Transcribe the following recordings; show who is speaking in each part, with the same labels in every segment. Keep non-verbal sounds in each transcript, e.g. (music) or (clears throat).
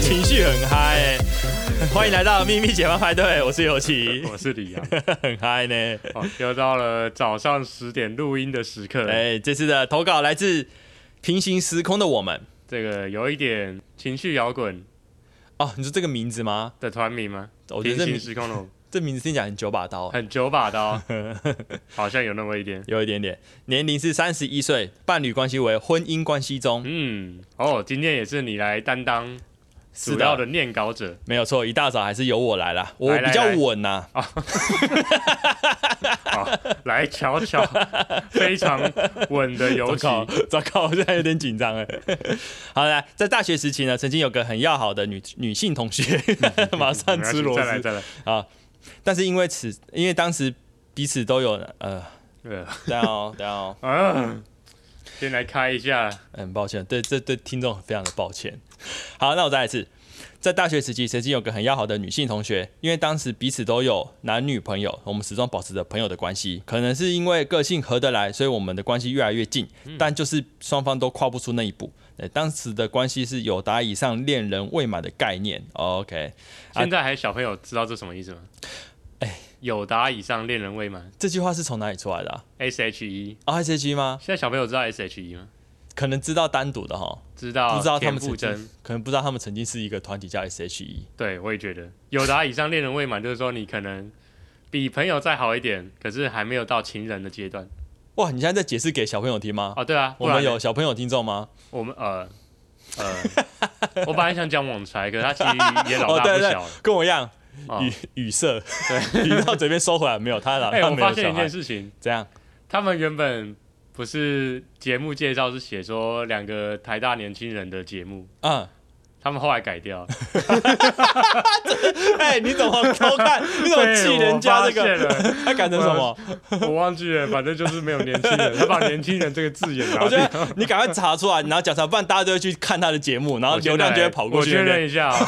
Speaker 1: 情绪很嗨、欸，欢迎来到秘密解放派对，我是尤奇，
Speaker 2: (laughs) 我是李
Speaker 1: (laughs)
Speaker 2: 阳，
Speaker 1: 很嗨呢。
Speaker 2: 哦又到了早上十点录音的时刻，
Speaker 1: 哎、这次的投稿来自平行时空的我们
Speaker 2: 这个有一点情绪摇滚
Speaker 1: 哦，你说这个名字吗？
Speaker 2: 的团名吗？
Speaker 1: 我觉得
Speaker 2: 平
Speaker 1: 这
Speaker 2: 行
Speaker 1: 名
Speaker 2: 时空的
Speaker 1: 这名字听起来很九把刀，
Speaker 2: 很九
Speaker 1: (laughs)
Speaker 2: 把刀，好像有那么一点。
Speaker 1: 有一点点。年龄是三十一岁，伴侣关系为婚姻关系中，
Speaker 2: 嗯，哦，今天也是你来担当
Speaker 1: 是
Speaker 2: 主要的念稿者，
Speaker 1: 没有错。一大早还是由我来啦，我
Speaker 2: 来来
Speaker 1: 比较
Speaker 2: 来
Speaker 1: 稳呐、
Speaker 2: 来瞧瞧，
Speaker 1: (laughs)
Speaker 2: 非常稳的尤其
Speaker 1: 糟 (laughs) 糕，糟糕，我现在有点紧张哎。好来，在大学时期呢，曾经有个很要好的女女性同学，马上吃螺
Speaker 2: 嗯再来
Speaker 1: 丝。
Speaker 2: 再来，
Speaker 1: 但是因为此，因为当时彼此都有呃， (laughs)
Speaker 2: 呃
Speaker 1: 等一下哦，等一下哦，
Speaker 2: 啊，先来开一下，
Speaker 1: 很嗯抱歉，对这对听众非常的抱歉。好，那我再来一次。在大学时期，曾经有个很要好的女性同学，因为当时彼此都有男女朋友，我们始终保持着朋友的关系。可能是因为个性合得来，所以我们的关系越来越近，但就是双方都跨不出那一步。呃当时的关系是有达以上恋人未满的概念。OK，啊
Speaker 2: 现在还小朋友知道这什么意思吗？
Speaker 1: 哎
Speaker 2: 有达以上恋人未满
Speaker 1: 这句话是从哪里出来的啊、
Speaker 2: ，S H E。
Speaker 1: 啊 s H E 吗？
Speaker 2: 现在小朋友知道 S H E 吗？
Speaker 1: 可能知道单独的哈，
Speaker 2: 知道，
Speaker 1: 不知道他们
Speaker 2: 啊田
Speaker 1: 曾
Speaker 2: 馥甄
Speaker 1: 经，，可能不知道他们曾经是一个团体叫 S H E。
Speaker 2: 对我也觉得有啊达以上恋人未满，就是说你可能比朋友再好一点，可是还没有到情人的阶段。
Speaker 1: 哇，你现在在解释给小朋友听吗？
Speaker 2: 哦，对啊，
Speaker 1: 我
Speaker 2: 不然
Speaker 1: 们
Speaker 2: 呢
Speaker 1: 有小朋友听众吗？
Speaker 2: 我们呃呃， (laughs) 我本来想讲网才，可是他其实也老
Speaker 1: 哦，
Speaker 2: 大
Speaker 1: 对
Speaker 2: 不
Speaker 1: 对
Speaker 2: 小了。
Speaker 1: 跟我一样，
Speaker 2: 哦
Speaker 1: 语语塞， (laughs) 语到嘴边收回来没有？他
Speaker 2: (laughs)
Speaker 1: 老
Speaker 2: 哎，
Speaker 1: 啊他
Speaker 2: 我
Speaker 1: 没
Speaker 2: 发
Speaker 1: 有
Speaker 2: 现
Speaker 1: 小
Speaker 2: 一
Speaker 1: 孩
Speaker 2: 件，事情，
Speaker 1: 这样
Speaker 2: 他们原本不是节目介绍是写说两个台大年轻人的节目，
Speaker 1: 嗯，
Speaker 2: 他们后来
Speaker 1: (laughs)
Speaker 2: 改掉，
Speaker 1: 哦哎，你怎么偷
Speaker 2: (laughs)
Speaker 1: 看？你怎么气人家这
Speaker 2: 对
Speaker 1: 个？
Speaker 2: 哎我发现了
Speaker 1: 他改成什么？
Speaker 2: 我忘记了，反正就是没有年轻人，他把年轻人这个字眼拿
Speaker 1: 我觉
Speaker 2: 掉。
Speaker 1: 得你赶快查出来，然后讲出来，不然大家都会去看他的节目，然后
Speaker 2: 我先
Speaker 1: 哦流量就会
Speaker 2: 来
Speaker 1: 跑过去
Speaker 2: 我
Speaker 1: 那
Speaker 2: 确
Speaker 1: 边。
Speaker 2: 认一
Speaker 1: (laughs)
Speaker 2: 下、哦，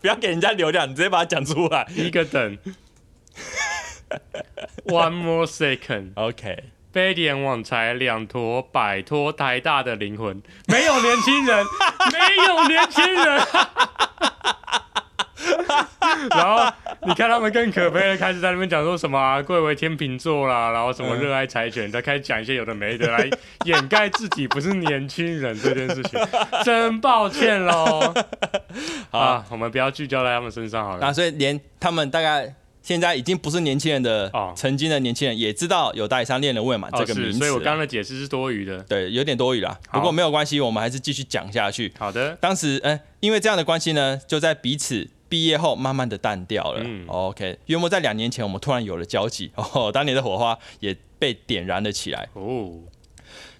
Speaker 1: 不要给人家流量，你直接把它讲出来。
Speaker 2: 一个等。One more second，
Speaker 1: OK，
Speaker 2: 杯点网才两坨，摆脱台大的灵魂。没有年
Speaker 1: (laughs)
Speaker 2: 轻人，没有年轻人。然后你看他们更可悲的，开始在那边讲说什么、啊、贵为天秤座啦，然后什么热爱柴犬，再开始讲一些有的没的来掩盖自己不是年轻人这件事情，真抱歉喽。
Speaker 1: (laughs) 好
Speaker 2: 啊，我们不要聚焦在他们身上好了。
Speaker 1: 那所以连他们大概现在已经不是年轻人的
Speaker 2: 哦，
Speaker 1: 曾经的年轻人也知道有代商恋人未满这
Speaker 2: 哦，
Speaker 1: 个
Speaker 2: 是，
Speaker 1: 名词了，
Speaker 2: 所以我刚刚的解释是多余的。
Speaker 1: 对有点多余啦，
Speaker 2: 好
Speaker 1: 不过没有关系，我们还是继续讲下去。
Speaker 2: 好的，
Speaker 1: 当时，哎、因为这样的关系呢，就在彼此毕业后慢慢的淡掉了。
Speaker 2: 嗯
Speaker 1: OK，约莫在两年前，我们突然有了交集，哦，当年的火花也被点燃了起来。
Speaker 2: 哦，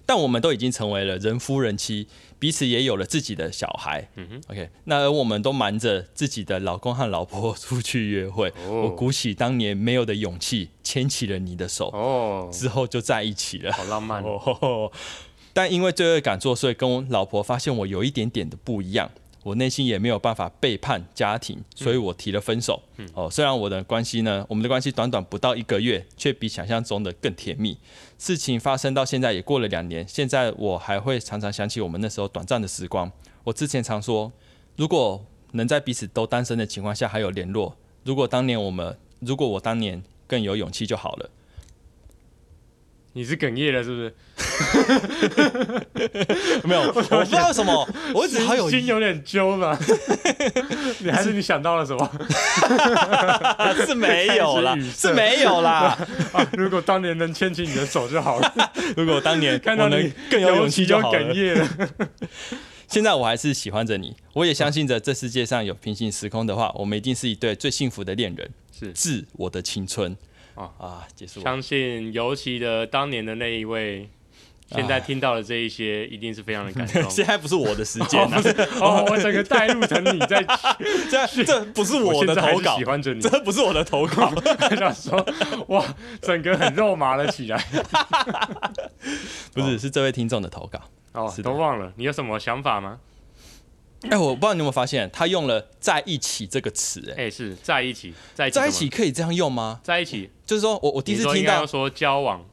Speaker 1: 但我们都已经成为了人夫人妻，彼此也有了自己的小孩。
Speaker 2: 嗯哼，
Speaker 1: OK，那而我们都瞒着自己的老公和老婆出去约会。
Speaker 2: 哦
Speaker 1: 我鼓起当年没有的勇气，牵起了你的手，
Speaker 2: 哦，
Speaker 1: 之后就在一起了。
Speaker 2: 好浪漫哦，
Speaker 1: 哦吼吼，但因为罪恶感作祟，跟我老婆发现我有一点点的不一样，我内心也没有办法背叛家庭，所以我提了分手。哦，虽然我的关系呢，我们的关系短短不到一个月，却比想象中的更甜蜜。事情发生到现在也过了两年，现在我还会常常想起我们那时候短暂的时光。我之前常说，如果能在彼此都单身的情况下还有联络，如果当年我们，如果我当年更有勇气就好了。
Speaker 2: 你是哽咽了是不是？
Speaker 1: 没有，我不知道为什么，我一直好有
Speaker 2: 心有点揪
Speaker 1: (laughs)
Speaker 2: 嘛，你还是你想到了什么？
Speaker 1: 啊， (laughs) 是没有啦
Speaker 2: 开始，语塞
Speaker 1: 是没有啦。
Speaker 2: 啊如果当年能牵起你的手就好了，
Speaker 1: (laughs) 如果当年
Speaker 2: (laughs) 看
Speaker 1: (laughs)
Speaker 2: 到
Speaker 1: 我
Speaker 2: 你
Speaker 1: 能更有勇气就好
Speaker 2: 哽
Speaker 1: 了。
Speaker 2: 咽了。
Speaker 1: (laughs) 现在我还是喜欢着你，我也相信着这世界上有平行时空的话，我们一定是一对最幸福的恋人。
Speaker 2: 是
Speaker 1: 致我的青春
Speaker 2: 哦
Speaker 1: 啊，结束了。
Speaker 2: 相信尤其的当年的那一位，现在听到了这一些，一定是非常的
Speaker 1: (laughs)。
Speaker 2: 感动
Speaker 1: 现在不是我的时间啊，
Speaker 2: 哦，我整个带入成你在，
Speaker 1: 现在这不是我
Speaker 2: 现
Speaker 1: 的
Speaker 2: 在还
Speaker 1: 投
Speaker 2: 是
Speaker 1: 稿
Speaker 2: 喜，欢着你，
Speaker 1: 这不是我的投稿。
Speaker 2: 我
Speaker 1: (laughs)
Speaker 2: 想说，哇，整个很肉麻了起来。
Speaker 1: 不是，是这位听众的投稿。
Speaker 2: 哦
Speaker 1: (laughs) 是，的
Speaker 2: 都忘了，你有什么想法吗？
Speaker 1: 哎，我不知道你有没有发现，他用了“在一起”这个词，哎，
Speaker 2: 哎、是在一起，在一起，
Speaker 1: 在一起，可以这样用吗？
Speaker 2: 在一起。
Speaker 1: 就是说我我第一
Speaker 2: 你
Speaker 1: 次
Speaker 2: 说
Speaker 1: 听
Speaker 2: 应该
Speaker 1: 到
Speaker 2: 要，说交往，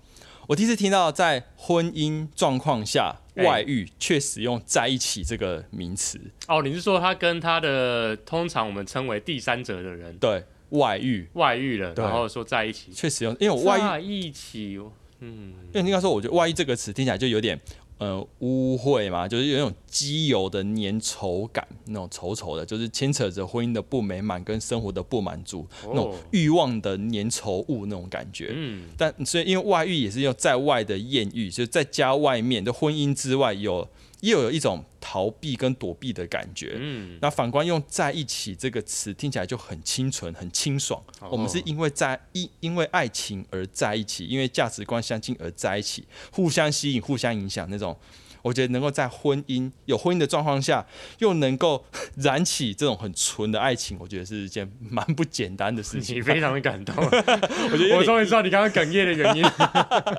Speaker 1: 我第一次听到在婚姻状况下
Speaker 2: 哎
Speaker 1: 外遇却使用在一起这个名词，
Speaker 2: 哦，你是说他跟他的通常我们称为第三者的人
Speaker 1: 对，外遇
Speaker 2: 外遇了，
Speaker 1: 对
Speaker 2: 然后说在一起，
Speaker 1: 却使用，因为我外遇，
Speaker 2: 在一起，嗯，
Speaker 1: 因为你刚说，我觉得外遇这个词听起来就有点。呃，污秽嘛，就是有那种基友的粘稠感，那种稠稠的，就是牵扯着婚姻的不美满跟生活的不满足，那种
Speaker 2: 哦，
Speaker 1: 欲望的粘稠物那种感觉。
Speaker 2: 嗯，
Speaker 1: 但所以因为外遇也是用在外的艳遇，就是在家外面的婚姻之外有又有一种逃避跟躲避的感觉。
Speaker 2: 嗯，
Speaker 1: 那反观用“在一起”这个词，听起来就很清纯、很清爽。
Speaker 2: 哦
Speaker 1: 我们是因为在因因为爱情而在一起，因为价值观相近而在一起，互相吸引、互相影响那种。我觉得能够在婚姻有婚姻的状况下，又能够 (laughs) 燃起这种很纯的爱情，我觉得是一件蛮不简单的事情
Speaker 2: 你。非常的感动，
Speaker 1: 我觉得有
Speaker 2: (laughs) 我
Speaker 1: 点
Speaker 2: 终于知道你刚刚哽咽的原因， (laughs)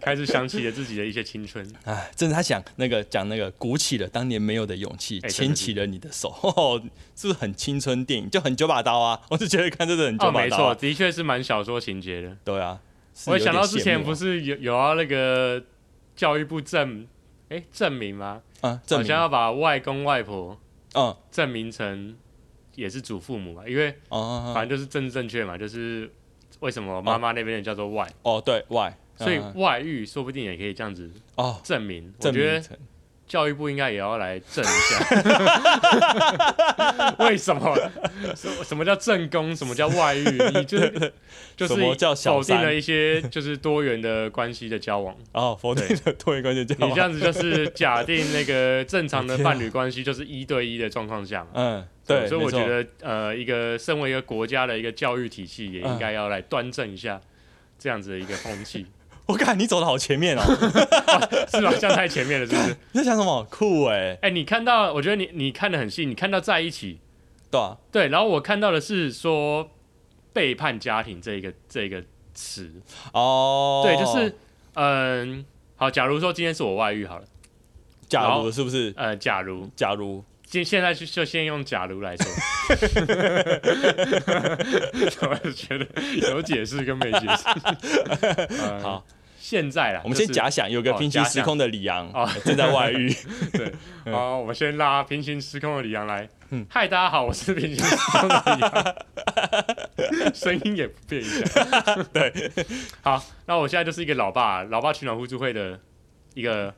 Speaker 2: 开始想起了自己的一些青春。
Speaker 1: 哎，真的，他想那个讲那个鼓起了当年没有的勇气，
Speaker 2: 哎真
Speaker 1: 牵起
Speaker 2: 的
Speaker 1: 了你的手，哦，是不是很青春电影？就很九把刀啊！我就觉得看这个很
Speaker 2: 哦，
Speaker 1: 九把
Speaker 2: 没
Speaker 1: 刀啊、
Speaker 2: 错，的确是蛮小说情节的。
Speaker 1: 对啊。是
Speaker 2: 我
Speaker 1: 有
Speaker 2: 想到
Speaker 1: 点
Speaker 2: 之
Speaker 1: 羡
Speaker 2: 前
Speaker 1: 慕啊
Speaker 2: 不是有有要那个教育部证，哎、证明吗？
Speaker 1: 啊，证
Speaker 2: 好
Speaker 1: 明
Speaker 2: 像要把外公外婆
Speaker 1: 嗯
Speaker 2: 证明成也是祖父母嘛，因为
Speaker 1: 哦
Speaker 2: 反正就是政治正确嘛，就是为什么妈妈那边人叫做外，
Speaker 1: 哦对外，
Speaker 2: 所以
Speaker 1: 嗯
Speaker 2: 外遇说不定也可以这样子
Speaker 1: 哦，
Speaker 2: 证明。我
Speaker 1: 证
Speaker 2: 觉
Speaker 1: 明
Speaker 2: 得
Speaker 1: 成
Speaker 2: 教育部应该也要来正
Speaker 1: (laughs)
Speaker 2: 一下，为什么？什什么叫正宫？什么叫
Speaker 1: (laughs)
Speaker 2: 外遇？你就是就
Speaker 1: 什么
Speaker 2: 是
Speaker 1: 叫小
Speaker 2: 否定
Speaker 1: 三
Speaker 2: 了一些就是多元的关系的交往。
Speaker 1: 哦，否定的多元关系就啊
Speaker 2: 你
Speaker 1: 好
Speaker 2: 这样子就是假定那个正常的伴侣关系就是一对一的状况下嘛。
Speaker 1: 嗯 (laughs) 对，
Speaker 2: 所以
Speaker 1: 没
Speaker 2: 我
Speaker 1: 错
Speaker 2: 觉得呃，一个身为一个国家的一个教育体系，也应该要来端正一下这样子的一个风
Speaker 1: (laughs)
Speaker 2: 气，
Speaker 1: 我看你走的好前面哦， (laughs)
Speaker 2: 是吧？像太前面了，是不是？
Speaker 1: 你在想什么酷哎，
Speaker 2: 哎、你看到，我觉得你你看的很细，你看到在一起，
Speaker 1: 对啊，
Speaker 2: 对，然后我看到的是说背叛家庭这一个这一个词，
Speaker 1: 哦，
Speaker 2: 对，就是嗯、好，假如说今天是我外遇好了，
Speaker 1: 假
Speaker 2: 然
Speaker 1: 如
Speaker 2: 后
Speaker 1: 是不是？
Speaker 2: 呃，假如
Speaker 1: 假如
Speaker 2: 现现在就就先用假如来说， (laughs) 我觉得有解释跟没解释。
Speaker 1: (laughs)
Speaker 2: 呃
Speaker 1: 好，
Speaker 2: 现在啦，
Speaker 1: 我们
Speaker 2: 就
Speaker 1: 先
Speaker 2: 是
Speaker 1: 假想有个
Speaker 2: 哦
Speaker 1: 平行
Speaker 2: 假
Speaker 1: 时
Speaker 2: 想
Speaker 1: 空的李阳
Speaker 2: 哦
Speaker 1: 正在外遇，
Speaker 2: 好，我们先拉平行时空的李阳来。嗨，大家好，我是平行时空的李阳，声音也不变一下。对，好，那我现在就是一个老爸，老爸取暖互助会的一个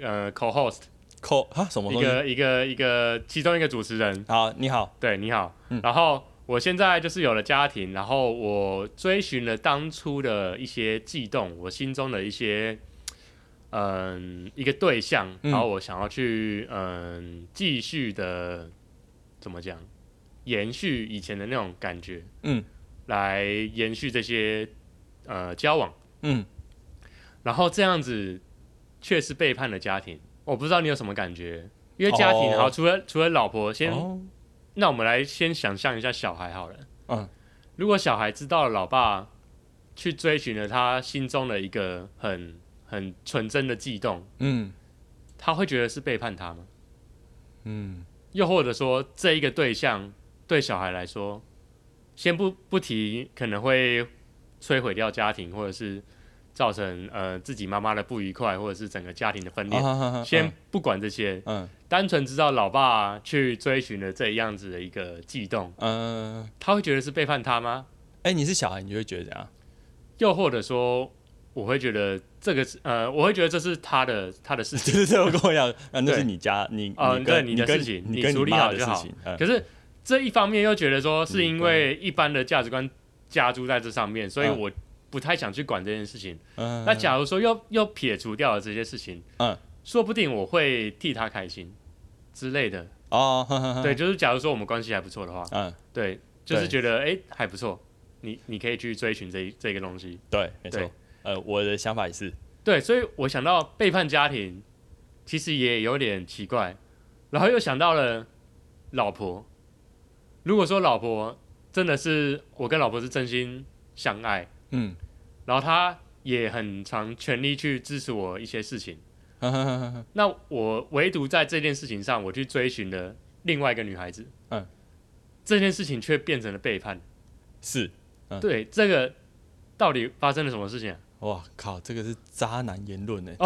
Speaker 2: 呃 co-host，
Speaker 1: 扣啊什么
Speaker 2: 一
Speaker 1: 东西？
Speaker 2: 个一个一个其中一个主持人。
Speaker 1: 好，你好，
Speaker 2: 对，你好。
Speaker 1: 嗯
Speaker 2: 然后我现在就是有了家庭，然后我追寻了当初的一些悸动，我心中的一些嗯一个对象，
Speaker 1: 嗯
Speaker 2: 然后我想要去嗯继续的怎么讲，延续以前的那种感觉，
Speaker 1: 嗯，
Speaker 2: 来延续这些呃交往，
Speaker 1: 嗯，
Speaker 2: 然后这样子却是背叛了家庭。我不知道你有什么感觉，因为家庭
Speaker 1: 哦
Speaker 2: 好，除了除了老婆，先
Speaker 1: 哦，
Speaker 2: 那我们来先想象一下小孩好了。
Speaker 1: 嗯，
Speaker 2: 如果小孩知道了老爸去追寻了他心中的一个很很纯真的悸动，
Speaker 1: 嗯
Speaker 2: 他会觉得是背叛他吗？
Speaker 1: 嗯，
Speaker 2: 又或者说，这一个对象对小孩来说，先不不提可能会摧毁掉家庭，或者是造成呃自己妈妈的不愉快，或者是整个家庭的分裂。
Speaker 1: 啊
Speaker 2: 先不管这些，
Speaker 1: 嗯
Speaker 2: 单纯知道老爸去追寻了这样子的一个悸动，
Speaker 1: 嗯，
Speaker 2: 他会觉得是背叛他吗？
Speaker 1: 哎，你是小孩，你就会觉得怎样？ (laughs)
Speaker 2: 又或者说，我会觉得这个是呃，我会觉得这是他的他的事
Speaker 1: 就
Speaker 2: 情。
Speaker 1: 是这个跟我讲，啊，那是你家，你
Speaker 2: 哦
Speaker 1: 你
Speaker 2: 对
Speaker 1: 跟
Speaker 2: 你的
Speaker 1: 跟
Speaker 2: 事情
Speaker 1: 你
Speaker 2: 你
Speaker 1: 跟
Speaker 2: 处理
Speaker 1: 妈
Speaker 2: 好
Speaker 1: 的事
Speaker 2: 就好
Speaker 1: 情，嗯
Speaker 2: 可是这一方面又觉得说，
Speaker 1: 嗯
Speaker 2: 是因为一般的价值观加诸在这上面，所以
Speaker 1: 嗯
Speaker 2: 我不太想去管这件事情。
Speaker 1: 嗯
Speaker 2: 那假如说又又撇除掉了这些事情，
Speaker 1: 嗯，
Speaker 2: 说不定我会替他开心之类的。
Speaker 1: 哦，呵呵呵
Speaker 2: 对，，就是假如说我们关系还不错的话，
Speaker 1: 嗯，
Speaker 2: 对，就
Speaker 1: 对
Speaker 2: 是觉得哎还不错，你你可以去追寻这一这个东西。
Speaker 1: 对，没错
Speaker 2: 对。
Speaker 1: 呃，我的想法也是，
Speaker 2: 对，所以我想到背叛家庭，其实也有点奇怪，然后又想到了老婆。如果说老婆真的是我跟老婆是真心相爱，
Speaker 1: 嗯，
Speaker 2: 然后她也很常全力去支持我一些事 (laughs) 情，
Speaker 1: 呵呵呵呵
Speaker 2: 那我唯独在这件事情上，我去追寻了另外一个女孩子，
Speaker 1: 嗯，
Speaker 2: 这件事情却变成了背叛。
Speaker 1: 是，嗯
Speaker 2: 对，这个到底发生了什么事情啊、
Speaker 1: 哇靠，这个是渣男言论
Speaker 2: 啊
Speaker 1: 呢、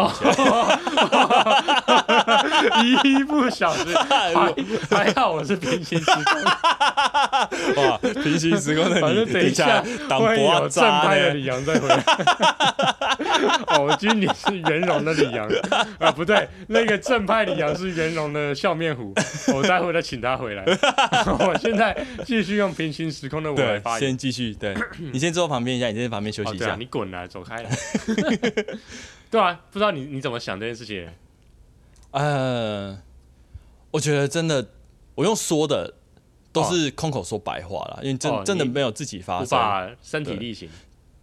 Speaker 2: (laughs) 一不小心，还还好我是平行时 (laughs) 空，
Speaker 1: 哇，平行时空的你，
Speaker 2: 反正等一下
Speaker 1: 挡
Speaker 2: 会
Speaker 1: 博啊
Speaker 2: 有正
Speaker 1: 渣
Speaker 2: 派的
Speaker 1: 呢
Speaker 2: 李阳再回来。 (laughs) 哦，我今年是圆融的李阳啊，不对，那个正派李阳是圆融的笑面虎，哦我待会再请他回来。我现在继续用平行时空的我来
Speaker 1: 对
Speaker 2: 发，言。
Speaker 1: 先继续，
Speaker 2: (clears throat)
Speaker 1: 对你先坐旁边一下，你先在旁边休息
Speaker 2: 哦，
Speaker 1: 一
Speaker 2: 对啊，
Speaker 1: 下。
Speaker 2: 你滚来，走开来。 (laughs) 对啊，不知道你你怎么想这件事情？
Speaker 1: 呃，我觉得真的，我用说的都是空口说白话啦，因为真、
Speaker 2: 哦
Speaker 1: 真的
Speaker 2: 你
Speaker 1: 没有自己发
Speaker 2: 无
Speaker 1: 生，
Speaker 2: 法身体力行。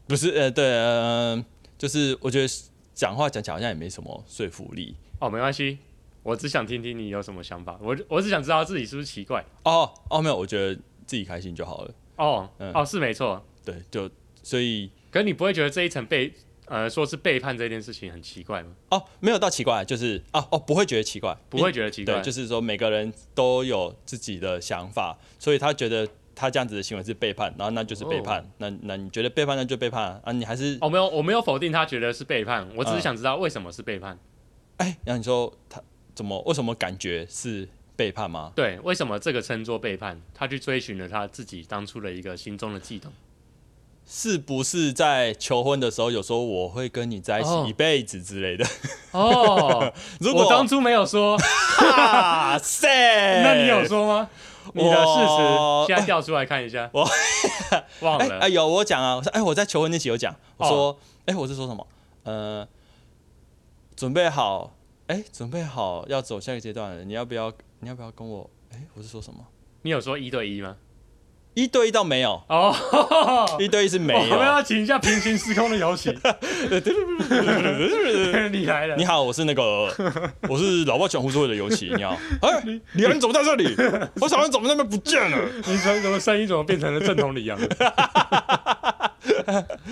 Speaker 1: 不是呃对呃，就是我觉得讲话讲讲好像也没什么说服力
Speaker 2: 哦，没关系，我只想听听你有什么想法。我我只想知道自己是不是奇怪。
Speaker 1: 哦哦没有，我觉得自己开心就好了，
Speaker 2: 哦、
Speaker 1: 嗯
Speaker 2: 哦，是没错。
Speaker 1: 对，就所以
Speaker 2: 可是你不会觉得这一层被呃说是背叛这件事情很奇怪吗？
Speaker 1: 哦没有到奇怪，就是哦哦不会觉得奇怪，
Speaker 2: 不会觉得奇怪，
Speaker 1: 对，就是说每个人都有自己的想法，所以他觉得他这样子的行为是背叛，然后那就是背
Speaker 2: 哦
Speaker 1: 叛。那那你觉得背叛，那就背叛啊！啊你还是
Speaker 2: 哦，没有，我没有否定他觉得是背叛，我只是
Speaker 1: 嗯
Speaker 2: 想知道为什么是背叛。
Speaker 1: 哎，然后你说他怎么为什么感觉是背叛吗？
Speaker 2: 对，为什么这个称作背叛？他去追寻了他自己当初的一个心中的悸动。
Speaker 1: 是不是在求婚的时候有说我会跟你在一起
Speaker 2: 哦
Speaker 1: 一辈子之类
Speaker 2: (laughs)
Speaker 1: 的？
Speaker 2: 哦， (laughs)
Speaker 1: 如
Speaker 2: 我
Speaker 1: 果
Speaker 2: 当初没有说，
Speaker 1: (laughs) 哇塞，
Speaker 2: (laughs) 那你有说吗？你的事
Speaker 1: 我
Speaker 2: 实现在调出来看一下。
Speaker 1: (laughs) 我
Speaker 2: 忘
Speaker 1: 哎、
Speaker 2: 了。
Speaker 1: 哎有我讲啊，我说哎、我在求婚那期有讲，我说
Speaker 2: 哦
Speaker 1: 哎、我是说什么？呃，准备好，哎、准备好要走下一个阶段了，你要不要？你要不要跟我？哎、我是说什么？
Speaker 2: 你有说一对一吗？
Speaker 1: 一对一倒没有，
Speaker 2: 哦，
Speaker 1: 一对一是没
Speaker 2: (laughs) 我们
Speaker 1: 有。
Speaker 2: 要请一下平行时空的游戏。你来
Speaker 1: (laughs)
Speaker 2: 了，
Speaker 1: 你好，我是那个，
Speaker 2: (laughs)
Speaker 1: 我是老爸讲互助会的尤其。你好，哎、你人怎么在这
Speaker 2: (laughs)
Speaker 1: 里？我想问怎么那边不见了？ (laughs)
Speaker 2: 你从什么声音怎么变成了正统李阳？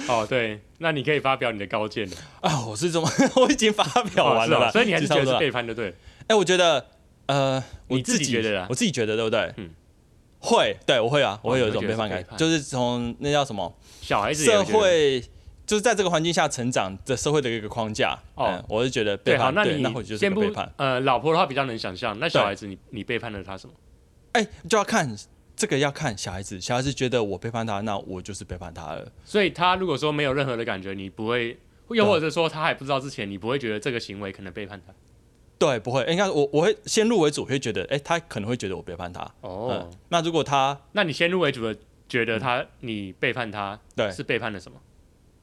Speaker 2: 哦，对，那你可以发表你的高见
Speaker 1: (laughs)
Speaker 2: 了。
Speaker 1: 啊，我是这么，我已经发表
Speaker 2: 哦
Speaker 1: 完
Speaker 2: 是
Speaker 1: 了
Speaker 2: 哦
Speaker 1: 啦、
Speaker 2: 所以你还是
Speaker 1: 其实差
Speaker 2: 觉
Speaker 1: 不多
Speaker 2: 得是
Speaker 1: 啦
Speaker 2: 背叛就对了。
Speaker 1: 哎、我觉得，呃，我
Speaker 2: 你自己觉得啦
Speaker 1: 我自己觉得对不对？
Speaker 2: 嗯哦
Speaker 1: 会，对我会啊，我会有一
Speaker 2: 你会
Speaker 1: 种
Speaker 2: 觉
Speaker 1: 背
Speaker 2: 得
Speaker 1: 叛
Speaker 2: 是
Speaker 1: 感
Speaker 2: 背，叛
Speaker 1: 就是从那叫什么
Speaker 2: 小孩子也
Speaker 1: 社
Speaker 2: 有觉得
Speaker 1: 会，就是在这个环境下成长的社会的一个框架。
Speaker 2: 哦
Speaker 1: 嗯，我是觉得背
Speaker 2: 对，好，
Speaker 1: 叛，
Speaker 2: 那
Speaker 1: 对，
Speaker 2: 你
Speaker 1: 那我就是
Speaker 2: 先
Speaker 1: 个
Speaker 2: 不
Speaker 1: 背叛。
Speaker 2: 呃，老婆的话比较能想象，那小
Speaker 1: 对
Speaker 2: 孩子你你背叛了他什么？
Speaker 1: 哎、就要看这个要看小孩子，小孩子觉得我背叛他，那我就是背叛他了。
Speaker 2: 所以他如果说没有任何的感觉，你不会，又或者说他还不知道之前，你不会觉得这个行为可能背叛他。
Speaker 1: 对，不会，应该我我会先入为主，会觉得，哎、他可能会觉得我背叛他。
Speaker 2: 哦
Speaker 1: 嗯，，那如果他
Speaker 2: 那你先入为主的觉得他你背叛他，
Speaker 1: 嗯对
Speaker 2: 是背叛了什么？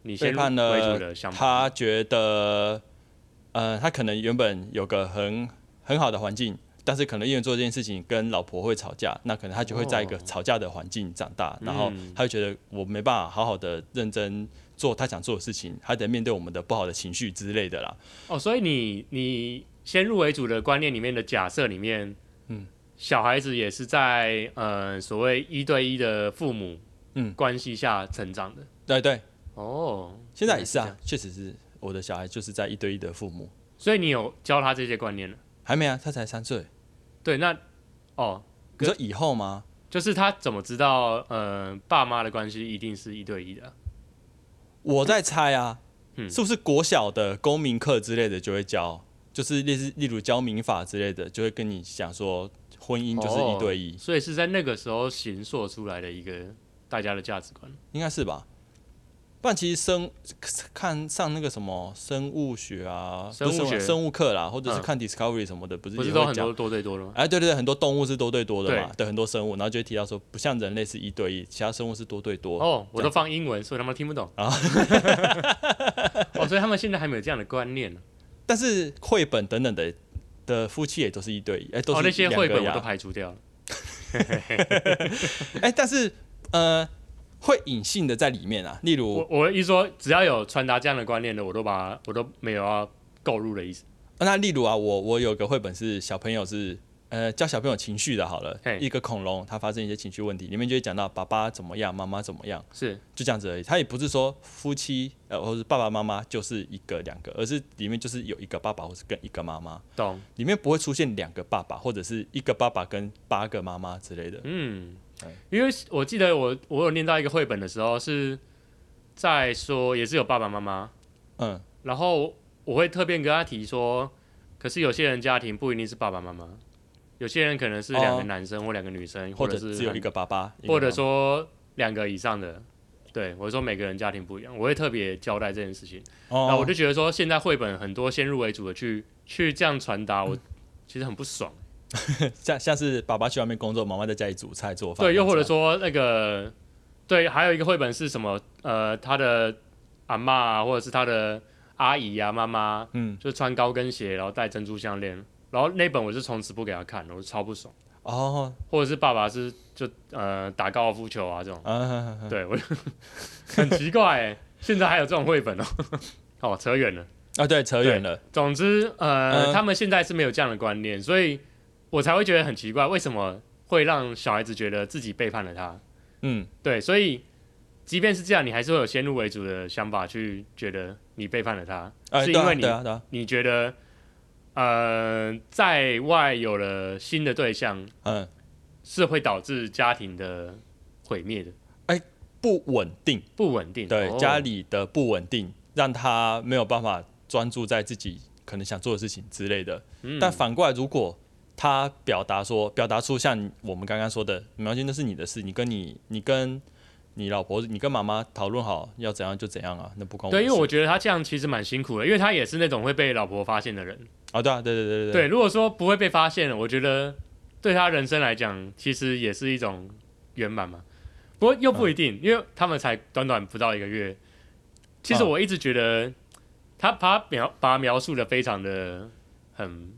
Speaker 2: 你
Speaker 1: 背
Speaker 2: 先入
Speaker 1: 叛
Speaker 2: 为主
Speaker 1: 了
Speaker 2: 的想法，
Speaker 1: 他觉得，呃，他可能原本有个很很好的环境，但是可能因为做这件事情跟老婆会吵架，那可能他就会在一个
Speaker 2: 哦
Speaker 1: 吵架的环境长大，然后
Speaker 2: 嗯
Speaker 1: 他就觉得我没办法好好的认真做他想做的事情，还得面对我们的不好的情绪之类的啦。
Speaker 2: 哦，所以你你先入为主的观念里面的假设里面，
Speaker 1: 嗯，
Speaker 2: 小孩子也是在呃所谓一对一的父母
Speaker 1: 嗯
Speaker 2: 关系下成长的。
Speaker 1: 对对，
Speaker 2: 哦，
Speaker 1: 现在
Speaker 2: 原来
Speaker 1: 也是
Speaker 2: 这样
Speaker 1: 啊，，确实是我的小孩就是在一对一的父母，
Speaker 2: 所以你有教他这些观念了。
Speaker 1: 还没啊，他才三岁。
Speaker 2: 对，那哦，
Speaker 1: 你说以后吗？
Speaker 2: 就是他怎么知道呃爸妈的关系一定是一对一的啊？
Speaker 1: 我在猜啊，
Speaker 2: 嗯
Speaker 1: 是不是国小的公民课之类的就会教，就是例例如教民法之类的，就会跟你讲说婚姻就是
Speaker 2: 哦
Speaker 1: 一对一，
Speaker 2: 所以是在那个时候形塑出来的一个大家的价值观。
Speaker 1: 应该是吧？不然其实生看上那个什么生物学啊，
Speaker 2: 生物
Speaker 1: 不是
Speaker 2: 学
Speaker 1: 生物课啦，或者是
Speaker 2: 嗯
Speaker 1: 看 Discovery 什么的，不是
Speaker 2: 不是
Speaker 1: 也
Speaker 2: 都
Speaker 1: 会
Speaker 2: 很
Speaker 1: 讲
Speaker 2: 多？多对多了吗？
Speaker 1: 哎，对对对，很多动物是多对多的嘛，对很多生物，然后就会提到说，不像人类是一对一，其他生物是多对多。
Speaker 2: 哦，我
Speaker 1: 这
Speaker 2: 都
Speaker 1: 样啊
Speaker 2: 放英文，所以他们听不懂。 (laughs) 哦，所以他们现在还没有这样的观念呢。
Speaker 1: 但是绘本等等的的夫妻也都是一对一，哎，都
Speaker 2: 哦，
Speaker 1: 是
Speaker 2: 那些
Speaker 1: 两个
Speaker 2: 绘本我
Speaker 1: 呀
Speaker 2: 都排除掉了。
Speaker 1: (laughs) 哎、但是呃，会隐性的在里面啊。例如
Speaker 2: 我，我一说只要有传达这样的观念的，我都把它我都没有要购入的意思。
Speaker 1: 呃那例如啊，我我有个绘本是小朋友是呃教小朋友情绪的，好了
Speaker 2: 嘿，
Speaker 1: 一个恐龙它发生一些情绪问题，里面就会讲到爸爸怎么样，妈妈怎么样，
Speaker 2: 是
Speaker 1: 就这样子而已。他也不是说夫妻呃或是爸爸妈妈就是一个两个，而是里面就是有一个爸爸或是跟一个妈妈，
Speaker 2: 懂？
Speaker 1: 里面不会出现两个爸爸或者是一个爸爸跟八个妈妈之类的。
Speaker 2: 嗯
Speaker 1: 哎，
Speaker 2: 因为我记得我我有念到一个绘本的时候是在说也是有爸爸妈妈，
Speaker 1: 嗯，
Speaker 2: 然后我会特别跟他提说，可是有些人家庭不一定是爸爸妈妈，有些人可能是两个
Speaker 1: 哦
Speaker 2: 男生或两个女生，
Speaker 1: 或
Speaker 2: 者
Speaker 1: 者
Speaker 2: 是
Speaker 1: 只有
Speaker 2: 很
Speaker 1: 一个爸爸，一个
Speaker 2: 或者
Speaker 1: 妈妈
Speaker 2: 说两个以上的。对，我说每个人家庭不一样，我会特别交代这件事情。然
Speaker 1: 哦，
Speaker 2: 后我就觉得说，现在绘本很多先入为主的去去这样传达，我其实很不爽。
Speaker 1: 像像是爸爸去外面工作，妈妈在家里煮菜做饭，
Speaker 2: 对，又或者
Speaker 1: 说
Speaker 2: 说那个，对，还有一个绘本是什么？呃，他的阿嬷啊，或者是他的阿姨啊、妈妈，
Speaker 1: 嗯
Speaker 2: 就穿高跟鞋，然后戴珍珠项链，然后那本我是从此不给他看，我就超不爽。
Speaker 1: 哦，
Speaker 2: 或者是爸爸是就呃打高尔夫球啊这种，
Speaker 1: 嗯，
Speaker 2: 对我就很奇怪、欸，现在还有这种绘本哦。 (laughs) 哦，扯远了。
Speaker 1: 啊，对，扯远了，
Speaker 2: 总之，呃，
Speaker 1: 嗯
Speaker 2: 他们现在是没有这样的观念，所以我才会觉得很奇怪，为什么会让小孩子觉得自己背叛了他？
Speaker 1: 嗯，
Speaker 2: 对，所以即便是这样，你还是会有先入为主的想法去觉得你背叛了他，
Speaker 1: 哎，对
Speaker 2: 是因
Speaker 1: 啊
Speaker 2: 为你
Speaker 1: 对啊对啊，
Speaker 2: 你觉得呃在外有了新的对象，
Speaker 1: 嗯，
Speaker 2: 是会导致家庭的毁灭的，
Speaker 1: 不稳定，
Speaker 2: 不稳定。
Speaker 1: 对
Speaker 2: 哦
Speaker 1: 家里的不稳定，让他没有办法专注在自己可能想做的事情之类的。
Speaker 2: 嗯
Speaker 1: 但反过来，如果他表达说，表达出像我们刚刚说的，没关系，那是你的事，你跟你你跟你老婆，你跟妈妈讨论好要怎样就怎样啊，那不关我的
Speaker 2: 对，
Speaker 1: 事。
Speaker 2: 因为我觉得他这样其实蛮辛苦的，因为他也是那种会被老婆发现的人。
Speaker 1: 啊，对啊，对对对
Speaker 2: 对，如果说不会被发现了，我觉得对他人生来讲，其实也是一种圆满嘛。不过又不
Speaker 1: 嗯
Speaker 2: 一定，因为他们才短短不到一个月。其实
Speaker 1: 嗯
Speaker 2: 我一直觉得他把他描把他描述的非常的很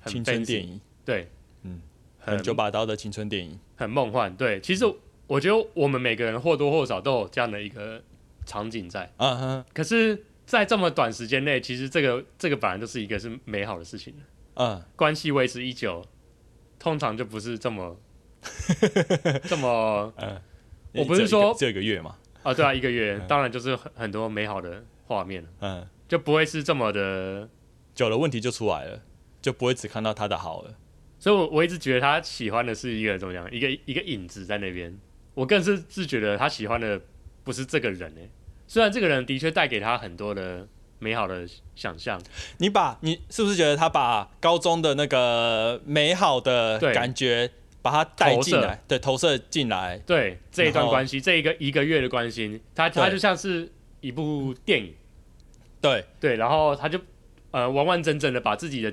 Speaker 2: 很
Speaker 1: 青春
Speaker 2: fancy，
Speaker 1: 电影，
Speaker 2: 对，
Speaker 1: 嗯，
Speaker 2: 很
Speaker 1: 很九把刀的青春电影，
Speaker 2: 很梦幻。对，其实我觉得我们每个人或多或少都有这样的一个场景在，
Speaker 1: 啊哈
Speaker 2: 可是，在这么短时间内，其实这个这个本来就是一个是美好的事情。
Speaker 1: 嗯，
Speaker 2: 关系维持已久，通常就不是这么 (laughs) 这么我不是
Speaker 1: 只有一个
Speaker 2: 说
Speaker 1: 只有一个月嘛，
Speaker 2: 啊，对啊，一个月当然就是很很多美好的画面了，
Speaker 1: 嗯，
Speaker 2: 就不会是这么的。
Speaker 1: 久了问题就出来了，就不会只看到他的好了。
Speaker 2: 所以我，我一直觉得他喜欢的是一个怎么讲，一个一个影子在那边。我更是是觉得他喜欢的不是这个人呢、虽然这个人的确带给他很多的美好的想象，
Speaker 1: 你把你是不是觉得他把高中的那个美好的
Speaker 2: 对
Speaker 1: 感觉，把它带进来，对，投射进来，
Speaker 2: 对这一
Speaker 1: 然
Speaker 2: 段
Speaker 1: 后
Speaker 2: 关系，这一个一个月的关心，他他
Speaker 1: 对
Speaker 2: 就像是一部电影。
Speaker 1: 对，
Speaker 2: 对，然后他就呃完完整整的把自己的，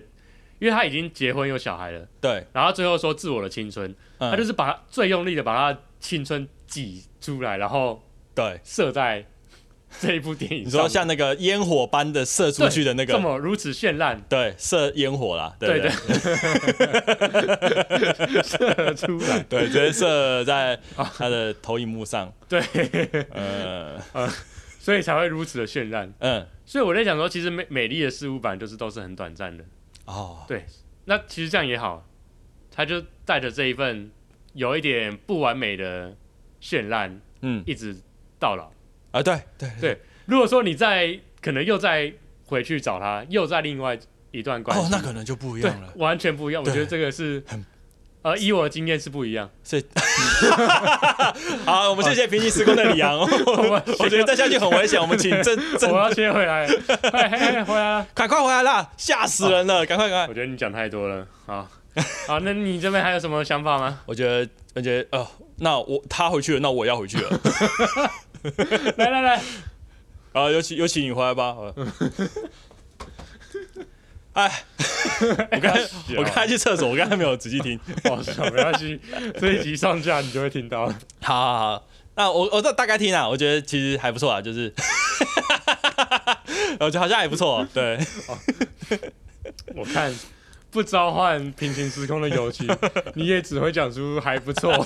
Speaker 2: 因为他已经结婚有小孩了，
Speaker 1: 对，
Speaker 2: 然后最后说自我的青春，
Speaker 1: 嗯，
Speaker 2: 他就是把最用力的把他青春挤出来，然后
Speaker 1: 对。
Speaker 2: 射在这一部电影
Speaker 1: 你
Speaker 2: 上。
Speaker 1: 说像那个烟火般的射出
Speaker 2: 对
Speaker 1: 去的那
Speaker 2: 这
Speaker 1: 个，
Speaker 2: 么如此绚烂，
Speaker 1: 对，射烟火啦，对
Speaker 2: 对
Speaker 1: 对
Speaker 2: (laughs) 射出来，
Speaker 1: 对，直接射在他的投影幕
Speaker 2: (laughs)
Speaker 1: 上，
Speaker 2: 对，
Speaker 1: 呃
Speaker 2: 所以才会如此的绚烂。
Speaker 1: 嗯，
Speaker 2: 所以我在想说，其实美美丽的事物本来就是都是很短暂的。
Speaker 1: 哦，
Speaker 2: 那其实这样也好，他就带着这一份有一点不完美的绚烂，
Speaker 1: 嗯
Speaker 2: 一直到老。
Speaker 1: 啊，对对
Speaker 2: 对如果说你在可能又再回去找他，又在另外一段关系，
Speaker 1: 哦，那可能就不一
Speaker 2: 对
Speaker 1: 样了，
Speaker 2: 完全不一样。我
Speaker 1: 对
Speaker 2: 觉得这个是
Speaker 1: 很，
Speaker 2: 呃，以我的经验是不
Speaker 1: (laughs)
Speaker 2: 一样。
Speaker 1: 所以，好，我们谢谢平行时空的李
Speaker 2: (laughs)
Speaker 1: 阳，我我觉得再下去很危险，我们请正
Speaker 2: 我
Speaker 1: 正
Speaker 2: 要切回
Speaker 1: (laughs)
Speaker 2: 来，嘿嘿嘿，回来了。
Speaker 1: 赶快回来啦，吓死人了，赶快赶快
Speaker 2: 我。觉得你讲太多了，
Speaker 1: (laughs)
Speaker 2: 好，好，那你这边还有什么想法吗？
Speaker 1: 我觉得，我觉得，呃，那我他回去了，那我也要回去 (laughs) 了。
Speaker 2: 来来 (laughs) 来，
Speaker 1: 啊，有请有请你回来吧。 (laughs) 呃哎，我刚才我刚才去厕所，我刚才没有仔细听。
Speaker 2: 我操，哦没关系，这一集上架你就会听到了。
Speaker 1: (laughs) 好好好，那我我这大概听啊，我觉得其实还不错啊，就是， (laughs) 我觉得好像还不错。对，
Speaker 2: 我看不召唤平行时空的游戏，你也只会讲出还不错。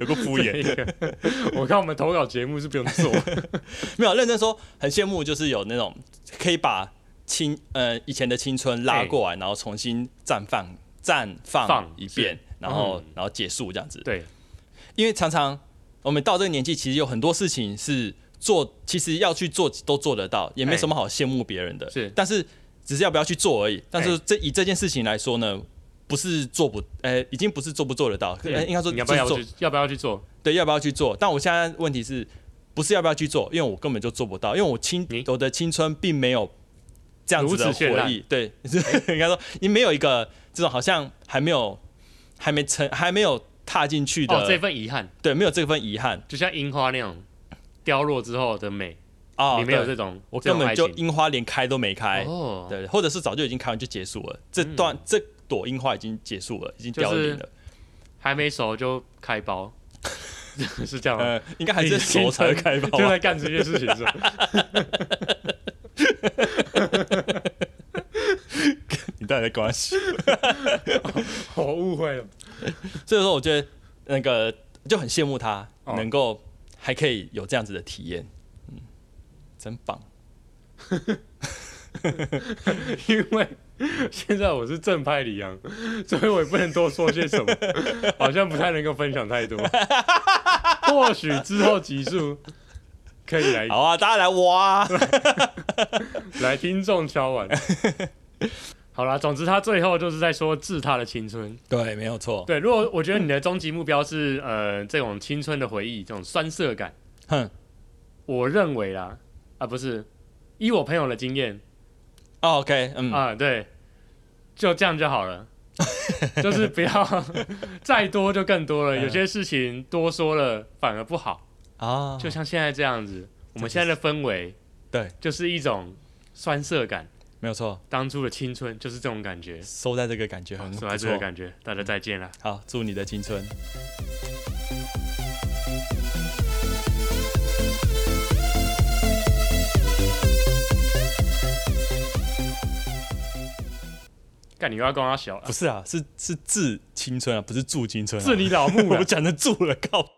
Speaker 1: 有个 (laughs) 敷衍。
Speaker 2: 个，我看我们投稿节目是不用
Speaker 1: (laughs)
Speaker 2: 做。
Speaker 1: 没有认真说，很羡慕，就是有那种可以把青呃以前的青春拉过来，然后重新绽放绽放
Speaker 2: 放
Speaker 1: 一遍
Speaker 2: 是，
Speaker 1: 然后、
Speaker 2: 嗯
Speaker 1: 然后结束这样子。
Speaker 2: 对，
Speaker 1: 因为常常我们到这个年纪，其实有很多事情是做，其实要去做都做得到，也没什么好羡慕别人的。
Speaker 2: 是
Speaker 1: 但是只是要不要去做而已。但是
Speaker 2: 哎
Speaker 1: 这以这件事情来说呢，不是做不，呃，已经不是做不做得到，呃应该说
Speaker 2: 你要不要
Speaker 1: 就是做
Speaker 2: 去？要不要去做？
Speaker 1: 对，要不要去做？但我现在问题是，不是要不要去做，因为我根本就做不到，因为我青
Speaker 2: 你
Speaker 1: 我的青春并没有这样子的
Speaker 2: 如此绚
Speaker 1: 回忆，对， (laughs) 应该说你没有一个这种好像还没有还没成还没有踏进去的，
Speaker 2: 哦，这份遗憾
Speaker 1: 对，没有这份遗憾
Speaker 2: 就像樱花那样凋落之后的美，
Speaker 1: 啊，
Speaker 2: 你没有
Speaker 1: 对
Speaker 2: 这种，
Speaker 1: 我
Speaker 2: 这
Speaker 1: 根
Speaker 2: 种
Speaker 1: 本
Speaker 2: 爱
Speaker 1: 就
Speaker 2: 情
Speaker 1: 樱花连开都没开，
Speaker 2: 哦，嗯
Speaker 1: 对，或者是早就已经开完就结束了，这段、这朵樱花已经结束了，已经凋零了。
Speaker 2: 哦还没熟就
Speaker 1: (laughs)
Speaker 2: 开包， (laughs) 是这样吗？
Speaker 1: 呃，应该还是熟才会开吧。
Speaker 2: (laughs) 就在干这些事情是吧？
Speaker 1: 你带来关系，
Speaker 2: 我误会了，
Speaker 1: 所以说我觉得那个就很羡慕他
Speaker 2: 哦
Speaker 1: 能够还可以有这样子的体验，嗯，真棒。
Speaker 2: 因为现在我是正派李阳，所以我也不能多说些什么，好像不太能够分享太多。或许之后集数可以来
Speaker 1: 好啊，大家来挖
Speaker 2: (laughs)
Speaker 1: 啊，
Speaker 2: 来听众敲
Speaker 1: (laughs)
Speaker 2: 完。好啦，总之他最后就是在说致他的青春。
Speaker 1: 对，没有错。
Speaker 2: 对，如果我觉得你的终极目标是呃这种青春的回忆，这种酸涩感，
Speaker 1: 哼，
Speaker 2: 我认为啦，啊不是，依我朋友的经验
Speaker 1: 哦，OK，嗯，
Speaker 2: 啊、对，就这样就好了， (laughs) 就是不要 (laughs) 再多就更多了，有些事情多说了反而不好，
Speaker 1: 啊，
Speaker 2: 就像现在这样子，我们现在的氛围，
Speaker 1: 对，
Speaker 2: 就是一种酸涩感，
Speaker 1: 没有错，
Speaker 2: 当初的青春就是这种感觉，
Speaker 1: 收在这个感觉很不
Speaker 2: 所以这个
Speaker 1: 错。嗯
Speaker 2: 感觉，大家再见啦。
Speaker 1: 好，祝你的青春。
Speaker 2: 干，你又要跟他小，
Speaker 1: 不是啊，是是致青春啊，不是祝青春啊。
Speaker 2: 是你老木
Speaker 1: (laughs) 我
Speaker 2: 了。
Speaker 1: 讲的祝了，靠。